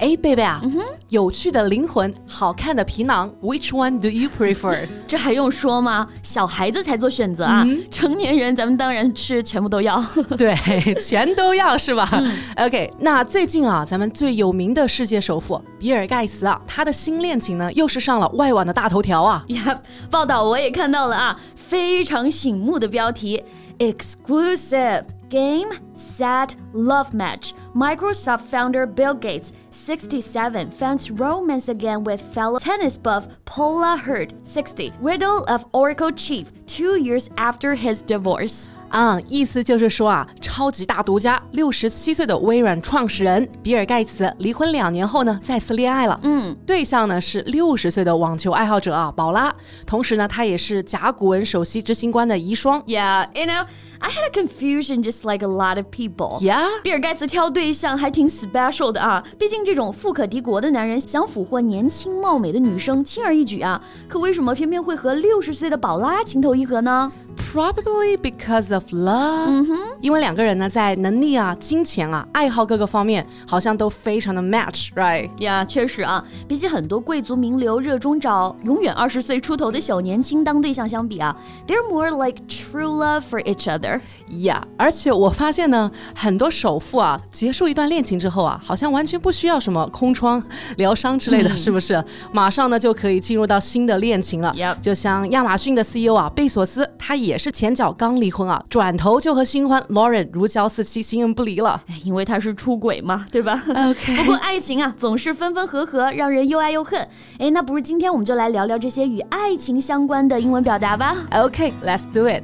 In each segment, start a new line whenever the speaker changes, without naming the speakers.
哎，贝贝啊，有趣的灵魂，好看的皮囊，Which one do you prefer？
这还用说吗？小孩子才做选择啊，成年人咱们当然是全部都要。
对，全都要是吧、o k 那最近啊，咱们最有名的世界首富比尔盖茨啊，他的新恋情呢，又是上了外网的大头条啊。
yep，报道我也看到了啊，非常醒目的标题：Exclusive Game Set Love Match。Microsoft founder Bill Gates, 67, finds romance again with fellow tennis buff Paula Hurd, 60, widow of Oracle chief, two years after his divorce.
啊、意思就是说啊，超级大独家，六十七岁的微软创始人比尔盖茨离婚两年后呢，再次恋爱了。嗯，对象呢是六十岁的网球爱好者啊，宝拉。同时呢，他也是甲骨文首席执行官的遗孀。
Yeah, you know, I had a confusion just like a lot of people.
Yeah.
比尔盖茨挑对象还挺 special 的啊，毕竟这种富可敌国的男人想俘获年轻貌美的女生轻而易举啊。可为什么偏偏会和六十岁的宝拉情投意合呢？
Probably because of love，、因为两个人呢，在能力啊、金钱啊、爱好各个方面，好像都非常的 match，right？
呀确实啊，比起很多贵族名流热衷找永远二十岁出头的小年轻当对象相比啊，they're more like true love for each other。
呀、yeah,，而且我发现呢，很多首富啊，结束一段恋情之后啊，好像完全不需要什么空窗、疗伤之类的，是不是？马上呢就可以进入到新的恋情了。
Yep
就像亚马逊的 CEO 啊，贝索斯，他也是前脚刚离婚啊，转头就和新欢 Lauren 如胶似漆，形影不离了。
哎因为他是出轨嘛，对吧
OK
不过爱情啊，总是分分合合，让人又爱又恨。哎，那不如今天我们就来聊聊这些与爱情相关的英文表达吧。
OK，let's、do it。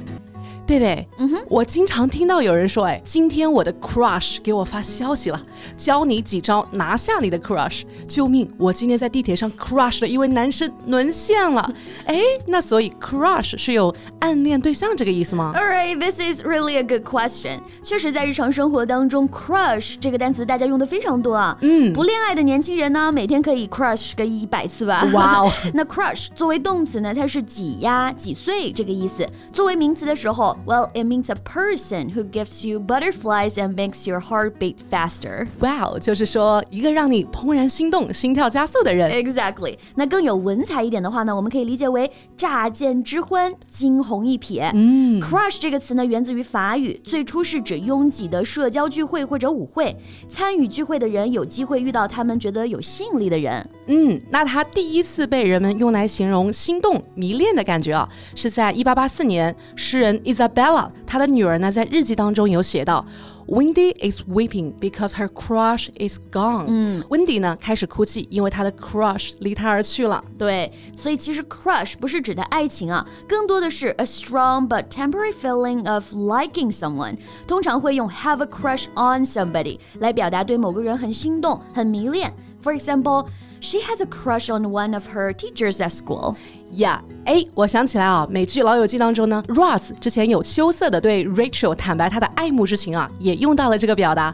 贝贝，嗯哼，我经常听到有人说，哎，今天我的 crush 给我发消息了，教你几招拿下你的 crush。救命，我今天在地铁上 crush 了一位男生，沦陷 了。哎，那所以 crush 是有暗恋对象这个意思吗？
All right, this is really a good question. 确实，在日常生活当中，crush 这个单词大家用的非常多啊。嗯，不恋爱的年轻人呢，每天可以 crush 个一百次吧。
哇哦！
那 crush 作为动词呢，它是挤压、挤碎这个意思。作为名词的时候，well, it means a person who gives you butterflies and makes your heart beat faster.
哇哦，就是说一个让你怦然心动、心跳加速的人。
Exactly. 那更有文采一点的话呢，我们可以理解为乍见之欢，惊鸿一瞥。嗯，crush 这个词呢，源自于法语，最初是指拥挤的社交聚会或者舞会，参与聚会的人有机会遇到他们觉得有吸引力的人。
嗯，那它第一次被人们用来形容心动、迷恋的感觉啊，是在一八八四年，诗人 Isabella 她的女儿呢在日记当中有写到，Wendy is weeping because her crush is gone。嗯，Wendy 呢开始哭泣，因为她的 crush 离她而去了。
对，所以其实 crush 不是指的爱情啊，更多的是 a strong but temporary feeling of liking someone，通常会用 have a crush on somebody 来表达对某个人很心动、很迷恋。For example, she has a crush on one of her teachers at school.
Yeah，哎，我想起来啊，美剧《老友记》当中呢，Ross 之前有羞涩的对 Rachel 坦白他的爱慕之情啊，也用到了这个表达。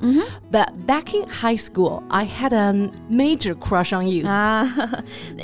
But back in high school, I had an major crush on you.
啊、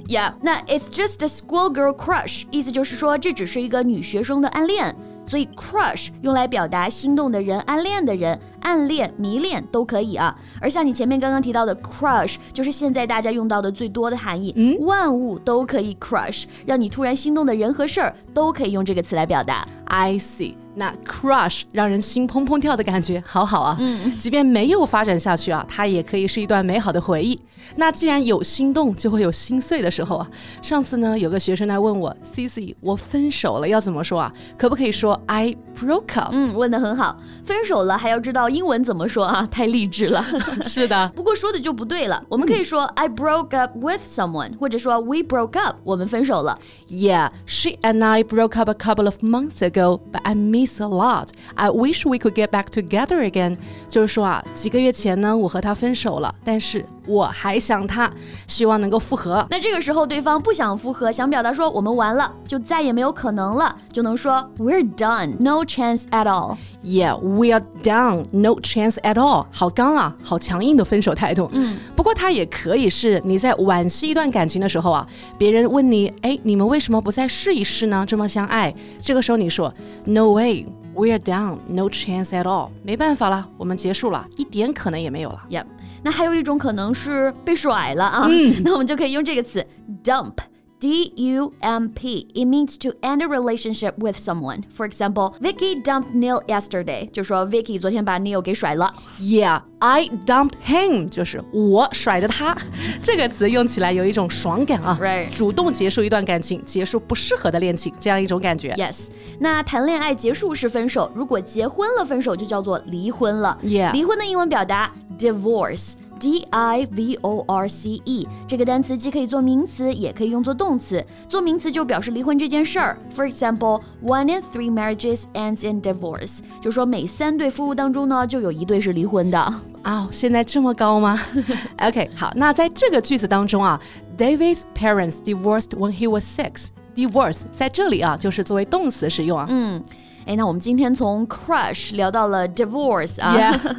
y e a h 那 it's just a schoolgirl crush，意思就是说这只是一个女学生的暗恋，所以 crush 用来表达心动的人、暗恋的人、暗恋、迷恋都可以啊。而像你前面刚刚提到的 crush，就是现在大家用到的最多的含义，万物都可以 crush，让你突然心动的人和事儿都可以用这个词来表达。
I see。那 crush 让人心砰砰跳的感觉，好好啊。嗯，即便没有发展下去啊，它也可以是一段美好的回忆。那既然有心动，就会有心碎的时候啊。上次呢，有个学生来问我，Cici，我分手了要怎么说啊？可不可以说 I broke up？、
嗯，问得很好。分手了还要知道英文怎么说啊，太励志了。
嗯是的，
不过说的就不对了，我们可以说、I broke up with someone，或者说 We broke up，我们分手了。
Yeah, she and I broke up a couple of months ago, but I miss a lot. I wish we could get back together again. 就是说啊，几个月前呢，我和他分手了，但是我还想他，希望能够复合。
那这个时候对方不想复合，想表达说我们完了，就再也没有可能了，就能说 We're done, no chance at all。
Yeah, we are down, no chance at all。好刚啊，好强硬的分手态度。嗯，不过它也可以是你在惋惜一段感情的时候啊，别人问你，哎，你们为什么不再试一试呢？这么相爱，这个时候你说，No way, we are down, no chance at all。没办法了，我们结束了，一点可能也没有了。
Yep，那还有一种可能是被甩了啊， 那我们就可以用这个词 dump。D U M P. It means to end a relationship with someone. For example, Vicky dumped Neil yesterday. 就说 Vicky 昨天把 Neil 给甩了。
Yeah, I dumped him，就是我甩的他。这个词用起来有一种爽感啊
Right
主动结束一段感情，结束不适合的恋情，这样一种感觉。
Yes，那谈恋爱结束是分手，如果结婚了分手就叫做离婚了。
Yeah
离婚的英文表达 divorce。D I V O R C E 这个单词既可以做名词，也可以用作动词。做名词就表示离婚这件事儿。For example, one in three marriages ends in divorce，就说每三对夫妇当中呢，就有一对是离婚的。
啊、现在这么高吗 ？OK，好，那在这个句子当中啊，David's parents divorced when he was six. Divorce 在这里啊，就是作为动词使用啊。嗯
哎，那我们今天从 crush 聊到了 divorce 啊。
Yeah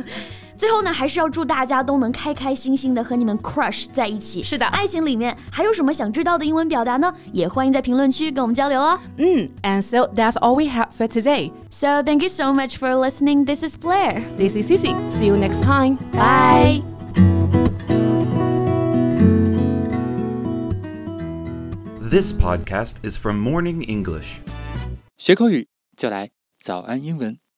最后呢，还是要祝大家都能开开心心的和你们 crush 在一起。
是的
爱情里面还有什么想知道的英文表达呢？也欢迎在评论区跟我们交流哦。
a n d so that's all we have for today.
So thank you so much for listening. This is Blair.
This is Cici. See you next time.
Bye.
This podcast is from Morning English.
学口语就来早安英文。